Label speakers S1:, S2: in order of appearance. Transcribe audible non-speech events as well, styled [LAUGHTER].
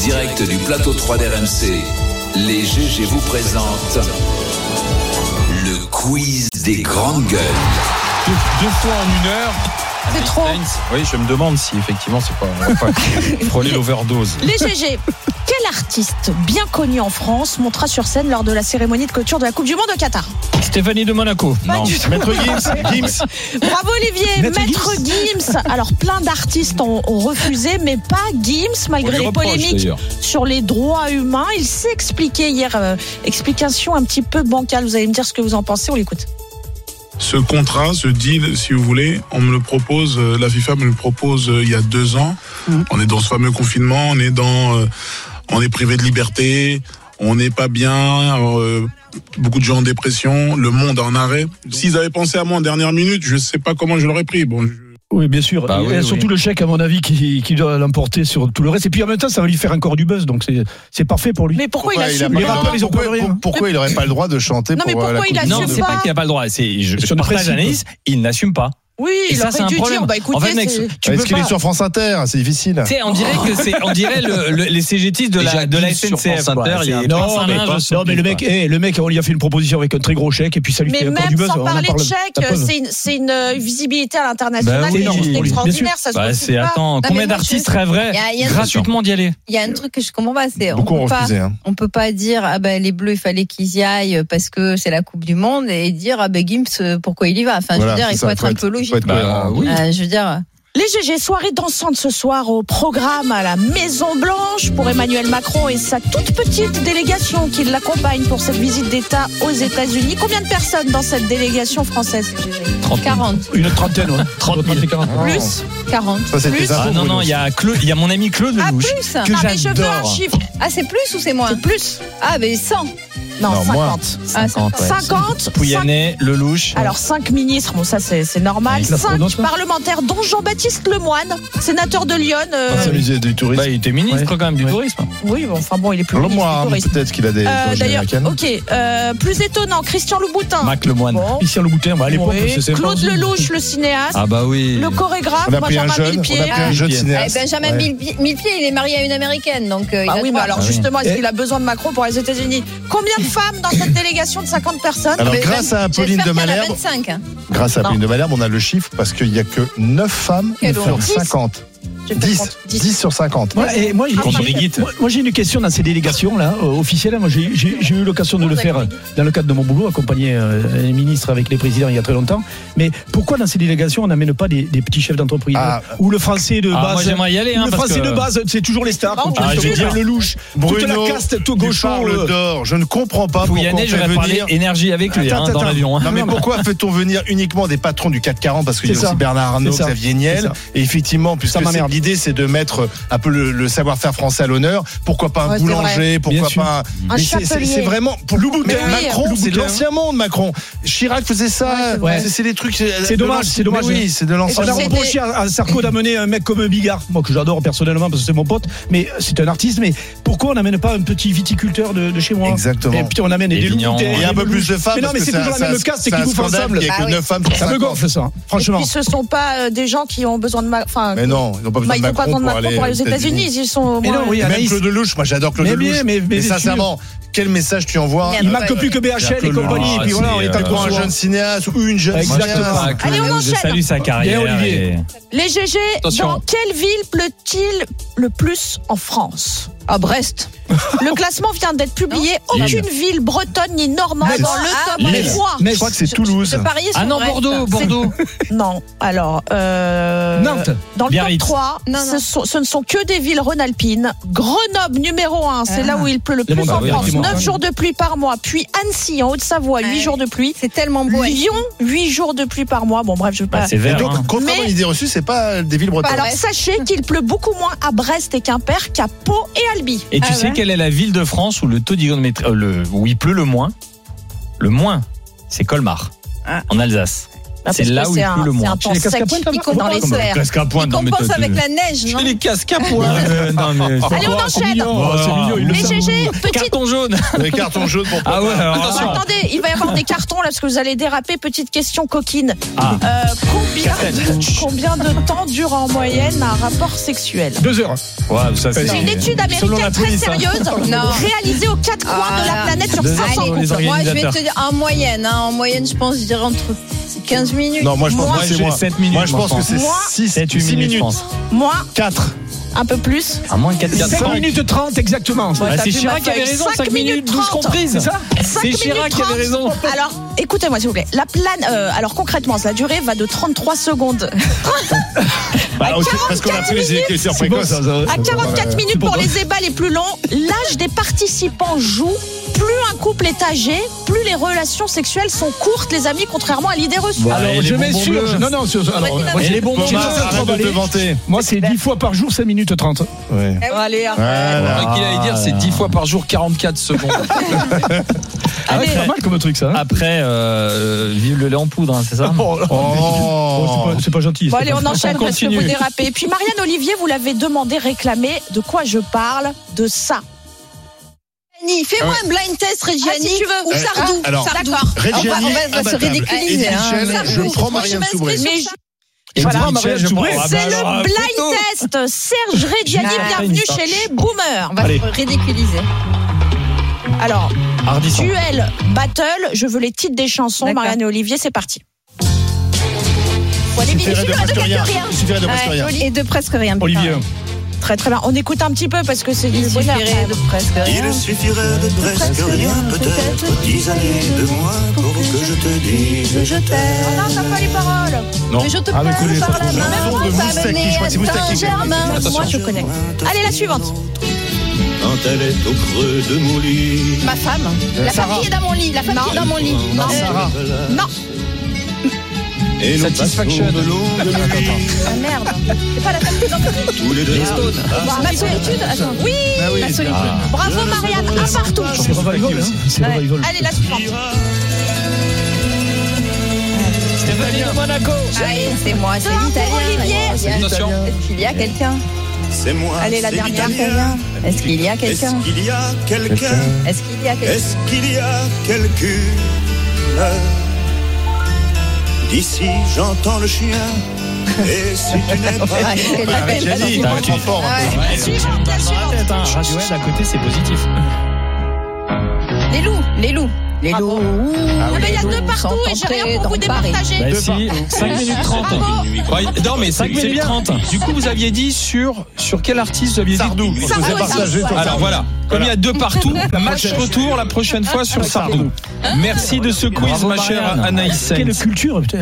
S1: direct du plateau 3 d'RMC, les GG vous présentent le quiz des grandes gueules.
S2: Deux, deux fois en une heure.
S3: C'est trop.
S2: Oui, je me demande si effectivement c'est pas. on va
S4: [LAUGHS]
S2: pas Frôler l'overdose.
S3: [LAUGHS] Les GG, quel artiste bien connu en France montera sur scène lors de la cérémonie de clôture de la Coupe du Monde au Qatar
S5: Stéphanie de Monaco.
S3: Pas
S2: Non.
S3: du tout.
S5: Maître
S4: [LAUGHS]
S5: Gims. Gims.
S3: Bravo Olivier,
S5: Maître
S3: Maître
S6: [LAUGHS]
S3: Gims. Alors plein d'artistes ont, ont refusé, mais pas Gims
S2: On lui
S3: malgré les
S2: reproche,
S3: polémiques
S2: d'ailleurs.
S3: sur les droits humains. Il s'est expliqué hier, euh, explication un petit peu bancale. Vous allez me dire ce que vous en pensez, on l'écoute.
S7: Ce contrat, ce deal, si vous voulez, on me le propose, euh, la FIFA me le propose euh, il y a deux ans. On est dans ce fameux confinement, on est dans, euh, on est privé de liberté, on n'est pas bien, euh, beaucoup de gens en dépression, le monde en arrêt. S'ils avaient pensé à moi en dernière minute, je ne sais pas comment je l'aurais pris. Bon, je-
S5: Oui, bien sûr.
S2: Bah
S5: Et
S2: oui,
S5: surtout
S2: oui.
S5: le chèque, à mon avis, qui, qui doit l'emporter sur tout le reste. Et puis en même temps, ça va lui faire encore du buzz, donc c'est- c'est parfait pour lui.
S3: Mais pourquoi, il assume
S5: pas-
S3: pas
S5: Les rappeurs, ils ont
S6: pourquoi,
S5: peur de rien.
S6: pour- pourquoi il n'aurait pas le droit de chanter
S3: Non, mais
S6: pour euh, la
S3: pourquoi il
S6: Coupe du
S3: assume
S4: Non,
S6: Monde
S4: c'est
S3: pas.
S4: pas qu'il n'a pas le droit. C'est, je,
S5: C'est
S4: je
S5: un
S4: partage
S5: principe.
S4: l'analyse, il n'assume pas.
S3: Oui,
S4: Et
S3: il
S4: ça,
S3: aurait
S4: c'est un
S3: dû dire,
S4: problème.
S3: bah écoutez,
S4: En fait, mec,
S3: c'est-
S4: tu
S6: Est-ce
S4: peux
S6: qu'il
S4: pas-
S6: est sur France Inter C'est difficile.
S4: Tu sais, on dirait que c'est, on dirait le- le- les CGTistes de la,
S2: Déjà,
S4: de la
S2: Gims sur
S4: SNCF.
S2: France Inter, il y a un
S4: Non,
S2: prince, un
S4: mais-
S2: linge,
S4: non,
S5: Non, mais le mec, eh, le mec, on lui a fait une proposition avec un très gros chèque, et puis ça lui
S3: Mais
S5: fait encore
S3: même
S5: du buzz.
S3: sans
S5: on en
S3: parler de
S5: parle- la
S3: chèque,
S5: preuve.
S3: c'est une, c'est une euh, visibilité à l'international
S4: Bah oui,
S3: qui est
S4: non,
S3: juste
S4: oui,
S5: bien
S3: extraordinaire. Ça se
S4: Bah,
S3: refuse
S4: c'est,
S3: pas.
S4: attends,
S8: mais
S4: combien
S8: moi,
S4: d'artistes
S8: je-
S4: rêveraient
S8: Il y a- il y a-
S4: gratuitement d'y aller
S8: Il y a un truc que je comprends pas, c'est on
S6: Beaucoup ont
S8: peut pas,
S6: refusé. hein.
S8: on peut pas dire ah ben les Bleus il fallait qu'ils y aillent parce que c'est la Coupe du Monde et dire ah ben Gims euh, pourquoi il y va. Enfin
S6: Voilà,
S8: je veux dire
S6: c'est
S8: il faut
S6: ça,
S8: être un peu logique.
S6: faut être
S4: Bah,
S6: cohérent.
S4: oui.
S8: Euh, je veux dire
S3: Les GG, soirée dansante ce soir au programme à la Maison Blanche pour Emmanuel Macron et sa toute petite délégation qui l'accompagne pour cette visite d'État aux États-Unis. Combien de personnes dans cette délégation française
S4: 30
S8: 40,
S5: Une trentaine, ouais.
S4: 30 000.
S5: 40.
S6: Ah,
S3: Plus
S8: quarante.
S6: Ça, c'est
S3: plus.
S6: tes
S4: Ah
S6: infos,
S4: non,
S6: Bruno.
S4: non,
S2: bah,
S4: il y a Claude- il y a mon ami Claude
S3: Ah,
S4: Lelouch.
S3: plus
S4: que
S3: Ah, mais je veux un
S4: j'adore.
S3: chiffre.
S8: Ah c'est plus ou c'est moins
S3: C'est plus
S8: Ah ben 100.
S3: Non,
S6: Non,
S3: 50.
S6: moins.
S8: Ah,
S4: 50, ouais.
S3: 50 cinq-
S4: Pouyanné, Lelouch.
S3: alors, 5 ministres, bon, ça c'est c'est normal.
S5: Il la
S3: 5
S5: prononce, hein
S3: parlementaires, dont Jean-Baptiste Lemoyne, sénateur de Lyon. euh,
S6: Ah, C'est le musée du tourisme.
S4: Bah, il était ministre quand même du
S5: Ouais.
S4: tourisme.
S3: oui, bon, enfin bon, il est plus
S6: Le
S3: ministre du
S6: mois,
S3: tourisme.
S6: peut-être qu'il a des
S3: Euh,
S6: origines
S3: D'ailleurs,
S6: américaines.
S3: ok. euh, plus étonnant, Christian Louboutin.
S4: Mac Lemoine.
S3: Bon.
S5: Ici, le boutin, bah, à l'époque,
S3: Oui.
S5: c'est sympa
S3: Claude
S5: aussi.
S3: Lelouch, le cinéaste.
S4: Ah bah oui.
S3: Le chorégraphe,
S6: On a pris un
S3: Benjamin
S6: jeune, on a
S3: Millepied.
S6: pris un jeune
S4: Ah,
S8: Eh,
S6: cinéaste.
S8: Benjamin
S6: Ouais.
S8: Millepied, Millepied, il est marié à une américaine donc euh, il
S3: Bah
S8: a
S3: oui,
S8: le
S3: mais
S8: droit.
S3: alors
S4: Ah oui.
S3: justement, est-ce
S5: Et-
S3: qu'il a besoin de Macron pour les États-Unis Combien de femmes dans cette délégation de 50 personnes
S6: Alors,
S8: Mais
S6: grâce à
S8: j'espère
S6: Pauline
S8: qu'il
S6: de
S8: y en a
S6: Malherbe,
S8: 25. hein.
S6: grâce à
S3: Non.
S6: Pauline de Malherbe, on a le chiffre parce qu'il n'y a que 9 femmes
S8: Quelle
S6: sur
S8: honte.
S6: 50.
S3: J'ai fait le
S6: 10,
S3: compte.
S6: 10 sur 50.
S5: Voilà, et moi, j'ai-
S4: Contre
S5: j'ai-
S4: Brigitte.
S5: moi- moi, j'ai une question dans ces délégations là euh, officielles. Moi j'ai- j'ai j'ai eu l'occasion de le faire euh, dans le cadre de mon boulot, accompagné euh, les ministres avec les présidents il y a très longtemps. Mais pourquoi dans ces délégations on n'amène pas des, des petits chefs d'entreprise
S6: Ah.
S5: ou le français de
S4: Ah,
S5: base
S4: moi j'aimerais y aller.
S5: ou
S4: hein,
S5: Le
S4: parce
S5: français
S4: que-
S5: de base, c'est toujours les stars.
S3: Ah,
S5: Quand tu
S3: je
S5: vois,
S3: veux
S5: tu
S3: dire.
S5: vois, le louche, toute la caste, tout
S6: tu
S5: gauchon.
S6: parles
S5: le-
S6: d'or. Je ne comprends pas pourquoi on
S4: Pouyanné,
S6: fait
S4: j'aurais parlé
S6: venir.
S4: énergie avec lui
S5: Attends,
S4: hein, dans
S5: attends.
S4: l'avion. hein.
S6: Non mais pourquoi fait-on venir uniquement des patrons du 440 parce qu'il y a
S5: C'est ça.
S6: aussi Bernard Arnault,
S5: C'est ça.
S6: Xavier
S5: C'est
S6: Niel
S5: ça.
S6: et effectivement puisque
S5: Ça
S6: c'est-
S5: m'emmerde.
S6: l'idée c'est de mettre un peu le, le savoir-faire français à l'honneur pourquoi pas un
S3: Ouais, c'est
S6: boulanger
S5: Bien
S6: pourquoi
S5: sûr.
S6: pas
S3: Un
S6: mais c'est- c'est
S3: chapelier.
S6: c'est vraiment pour mais
S3: Boutin.
S6: Macron
S5: Lou
S6: c'est de
S5: Boutin.
S6: l'ancien monde Macron Chirac faisait ça
S5: Ouais, c'est
S6: c'est c'est des trucs
S5: C'est
S6: de
S5: dommage,
S6: l'ancien-
S5: c'est dommage.
S6: mais oui c'est de
S5: On
S6: l'ancien
S5: a
S3: C'était-
S6: monde
S5: reproché à, à Sarko d'amener un mec comme Bigard, moi que j'adore personnellement parce que c'est mon pote, mais c'est un artiste. Mais pourquoi on n'amène pas un petit viticulteur de, de chez moi
S6: Exactement.
S5: Et puis on amène
S4: Et
S5: des loups,
S4: vignerons.
S5: des-
S6: il y a un peu
S5: des
S6: plus de femmes
S5: Mais non,
S6: parce
S5: mais
S6: que
S5: c'est toujours
S6: un-
S5: la même
S6: un-
S5: caste
S6: c'est
S5: qui
S6: un
S5: nous font
S6: scandale
S5: ensemble. Bah
S6: qu'il y ait que
S8: Ah oui.
S6: 9 femmes sur
S5: Ça me
S6: 50.
S5: gonfle ça, hein,
S3: Et
S5: franchement.
S3: puis ce sont pas euh, des gens qui ont besoin de Macron. Enfin,
S6: mais non ils n'ont pas
S3: bah,
S6: besoin
S3: ils
S6: de
S3: n'ont pas
S6: Macron
S3: besoin de Macron pour aller aux États-Unis. Ils sont au
S5: Mais
S3: moins-
S5: non, oui,
S6: Et même
S5: Anaïs.
S6: Claude Lelouch, moi j'adore Claude
S5: Mais
S6: Lelouch.
S5: bien, mais- mais
S6: Mais
S5: bien sûr.
S6: sincemment, quel message tu envoies
S8: Il y
S5: Il
S8: a-
S5: manque plus que BHL et
S6: Jacques
S5: compagnie.
S4: Lelouch,
S5: Et puis voilà, on
S4: c'est,
S5: est
S4: euh,
S5: à
S6: Pour
S5: courant.
S6: un jeune cinéaste ou une jeune
S5: Exactement.
S6: cinéaste.
S4: Ah, Claude
S3: Allez, on
S4: Lelouch, Je
S3: enchaîne.
S4: salue sa carrière.
S5: Olivier.
S4: et-
S3: Les GG,
S2: Attention.
S3: dans quelle ville pleut-il le plus en France
S8: À Brest.
S3: Le classement vient d'être publié.
S4: Lille.
S3: Aucune ville bretonne ni normande
S6: Metz.
S3: dans
S8: Ah,
S3: le top
S6: Metz.
S3: 3.
S6: Je crois que c'est
S8: Je-
S6: Toulouse.
S8: Je pariais sur
S4: Ah non,
S8: Brest.
S4: Bordeaux, Bordeaux.
S3: [LAUGHS] Non, alors. euh,
S5: Nantes.
S3: Dans le
S4: Biarritz.
S3: top 3,
S8: Non,
S3: ce,
S8: non.
S3: sont- ce ne sont que des villes rhône-alpines. Grenoble, numéro 1, c'est
S8: Ah.
S3: là où il pleut le plus
S5: mondes-
S3: en
S5: Ah oui,
S3: France.
S5: effectivement.
S3: 9 jours de pluie par mois. Puis Annecy, en Haute-Savoie, 8
S8: Ouais.
S3: jours de pluie.
S8: C'est tellement beau. hein.
S3: Lyon, 8 jours de pluie par mois. Bon, bref, je veux
S4: Bah,
S3: pas.
S4: c'est
S6: Et
S4: vert. hein.
S6: donc, contrairement à
S3: Mais-
S6: l'idée reçue, c'est pas des villes bretonnes.
S3: alors,
S8: ouais.
S3: sachez qu'il pleut beaucoup moins à Brest et Quimper qu'à Pau et Albi.
S4: Et tu
S8: Ah
S4: sais
S8: ouais
S4: quelle est la ville de France où le taux d'hygrométrie, euh, le- où il pleut le moins Le moins, c'est Colmar,
S8: Ah.
S4: en Alsace.
S3: Ah,
S4: C'est
S3: parce
S4: là
S3: que
S4: où
S3: c'est
S4: il
S3: un-
S4: pleut le
S3: C'est
S4: moins.
S3: un
S5: Chez les
S3: pansec
S5: casques à pointe,
S3: qui
S5: là-bas
S3: compte dans les
S8: Comment
S3: airs.
S4: Casque à
S8: Il
S4: pointe, non mais
S8: compense
S4: toi, tu-
S8: avec la neige,
S4: Chez
S8: non
S4: les casques à pointe. Euh, non, mais-
S3: Allez, on
S5: C'est
S3: enchaîne.
S5: mignon,
S4: Oh,
S5: c'est mignon, il le
S3: Mais
S5: sait.
S3: GG, [LAUGHS] [LAUGHS] petite.
S4: Carton jaune.
S6: Le carton jaune pour
S4: Ah ouais, alors là-
S3: Ah, attendez, il va y avoir des cartons là parce que vous allez déraper. Petite question coquine.
S4: Ah.
S3: Euh, combien, de, combien de temps dure en moyenne un rapport sexuel
S5: Deux heures.
S4: Ouais, ça, c'est-
S3: C'est une étude
S4: Selon la
S3: américaine très
S4: police, hein.
S3: sérieuse
S4: [LAUGHS]
S8: Non.
S3: réalisée aux quatre coins
S8: Ah,
S3: de la
S8: là.
S3: planète sur
S4: Deux
S3: 500
S4: heures pour
S8: Allez,
S4: les
S3: couples.
S8: moi je vais
S4: organisateurs.
S8: te dire, en moyenne, hein, en moyenne, je pense, je dirais entre 15 minutes.
S6: Non, moi je pense
S3: Moi,
S6: que c'est
S4: j'ai
S6: moi.
S4: sept minutes,
S6: Moi je
S4: moi,
S6: pense
S4: je
S6: que c'est
S3: pense.
S6: 6
S4: 7, 8 minutes, je pense.
S3: Moi,
S6: 4.
S3: un peu plus.
S4: À moins de 4
S5: 5 minutes 30 exactement.
S3: Ouais, t'as
S4: Bah, c'est
S3: vu ma
S4: Chirac qui avait
S3: feuille.
S4: raison, 5
S3: Cinq minutes
S4: minutes 12
S3: trente.
S4: comprises.
S5: C'est ça
S4: C'est
S3: 5
S4: Chirac
S3: minutes
S4: qui avait raison.
S3: 30. Alors, écoutez-moi s'il vous plaît. La plane, euh, alors concrètement, la durée va de 33 secondes
S6: Bah, ok, parce qu'on a pris les électeurs précoces. hein,
S3: à
S4: Euh,
S3: 44 minutes pour les ébats les plus longs. L'âge des participants joue. Plus un couple est âgé, plus les relations sexuelles sont courtes, les amis, contrairement à l'idée reçue. Ah,
S4: Voilà.
S5: Alors,
S4: Bah, Et les
S5: je
S4: bonbons
S5: mets sur.
S4: bleus.
S5: je- Non, non, sur- alors,
S8: Ouais,
S5: moi,
S4: Et
S5: j'ai-
S4: les bonbons
S5: moi, j'ai
S4: bleus.
S5: ça à
S6: Arrête de te
S5: travailler.
S6: vanter.
S5: Moi, c'est 10 fois par jour, 5 minutes Ah 30.
S3: ben
S6: Ouais.
S8: Eh oui. Allez, arrête.
S4: Ah.
S6: Voilà.
S2: Ce qu'il allait dire, c'est 10 fois par jour, 44 secondes.
S5: Ah, c'est pas mal comme truc, ça. hein.
S3: Ah,
S4: Après, euh, vive le lait en poudre, hein,
S2: [LAUGHS]
S4: c'est ça
S5: Oh,
S6: Oh.
S5: c'est pas- C'est pas gentil.
S3: Bon,
S5: c'est
S3: allez,
S5: pas-
S3: on enchaîne parce que
S4: continue.
S3: vous dérapez. Et puis, Marianne Olivier, vous l'avez demandé, réclamé. De quoi je parle De ça.
S8: Régiani, Fais-moi un blind test, Régiani,
S3: Ah, si tu veux.
S8: ou
S3: Euh,
S8: Sardou.
S6: alors,
S8: Sardou.
S3: d'accord.
S6: Reggiani,
S8: On va- on va se
S6: imbattable.
S8: ridiculiser,
S6: Et Michel,
S8: hein.
S6: je prends
S8: Moi, je
S6: Marianne
S8: m'inscris
S6: Soubré.
S8: sur
S3: Mais
S4: Et
S5: Voilà.
S4: Michel,
S5: Marianne
S4: je
S5: Touré,
S4: prends- Ah
S3: C'est
S4: bah
S3: le
S4: alors,
S3: blind test. Serge Reggiani,
S8: Ah,
S3: bienvenue
S4: une
S3: chez les boomers.
S8: On va se ridiculiser.
S3: Alors,
S4: Ardisson.
S3: duel, battle, je veux les titres des chansons.
S8: D'accord.
S3: Marianne et Olivier, c'est parti. Bon, les
S6: Il suffirait
S3: minutes,
S6: de
S3: de
S6: presque rien.
S3: quelques rien.
S6: Il suffirait de presque rien.
S8: Et de presque rien. putain.
S5: Olivier. hein.
S3: Très très bien. On écoute un petit peu parce que c'est du
S8: Il
S3: bonheur.
S8: suffirait de presque rien.
S9: Il suffirait de presque rien, peut-être dix années de moins pour que je te dise je
S3: Oh
S9: t'aime.
S3: non, t'as pas les paroles.
S8: Mais je te
S6: Ah,
S8: parle
S6: mais écoutez,
S8: par la
S6: surtout,
S8: main,
S6: chanson de
S8: ça
S6: Moustaki,
S8: menait
S6: je crois que c'est
S8: à
S6: Moustaki.
S8: Saint-Germain.
S3: Moi, je connais. Allez, la suivante.
S8: Ah.
S9: Quand elle est au creux de mon lit.
S8: Ma femme.
S6: Euh,
S8: La femme qui est dans mon lit. La femme qui est dans mon lit.
S9: Non,
S8: Euh,
S9: Sarah.
S3: Non.
S9: Et nous
S4: Satisfaction.
S9: passons de longues nuits,
S8: Ah merde. C'est pas la femme qui est dans mon lit.
S9: tous les deux.
S8: Ma Bah, solitude. Attends.
S3: Oui,
S4: Bah
S8: Ma solitude.
S3: bravo Marianne, un partout.
S5: C'est revival, hein. C'est
S8: Ouais.
S5: revival.
S3: Allez, la suivante.
S4: Stéphanie de Monaco.
S8: Allez, c'est moi, c'est
S3: Deux pour
S8: l'italien.
S3: Olivier.
S8: Il y a-
S2: Attention.
S8: Est-ce qu'il y a quelqu'un
S9: C'est moi.
S8: Allez, la
S9: c'est
S8: dernière.
S9: l'italien.
S8: Est-ce qu'il y a
S9: Est-ce
S8: quelqu'un
S9: qu'il y a quelqu'un
S8: Est-ce qu'il y a quelqu'un
S9: Est-ce qu'il y a quelqu'un D'ici, j'entends le chien. Et si tu n'es
S8: Ah,
S9: pas.
S8: est-ce qu'elle
S6: Ah,
S8: appelle
S6: Reggiani, il
S8: Ah,
S6: est trop fort.
S8: ouais.
S3: La suivante, la suivante.
S4: Radiohead à côté, c'est positif.
S8: Les loups, les loups. Les
S3: Ah
S8: loups.
S3: bon
S8: Ah
S3: Ah ben, il y a deux partout et j'ai
S8: j'arrive
S3: rien pour vous départager.
S4: Bah si, 5 minutes 30.
S3: Bravo.
S2: non, mais 5
S4: C'est- c'est
S2: minutes
S4: bien.
S2: 30. Du coup, vous aviez dit sur, sur quel artiste vous aviez
S6: Sardou.
S2: dit
S6: Je
S8: Ah
S6: vous ai partagé sur
S2: Alors
S6: Sardou.
S2: voilà, comme il y a deux partout, match retour la prochaine fois sur Sardou. Merci de ce quiz,
S4: Bravo,
S2: ma chère
S4: Marianne.
S2: Anaïs. Saint.
S5: Quelle culture, putain.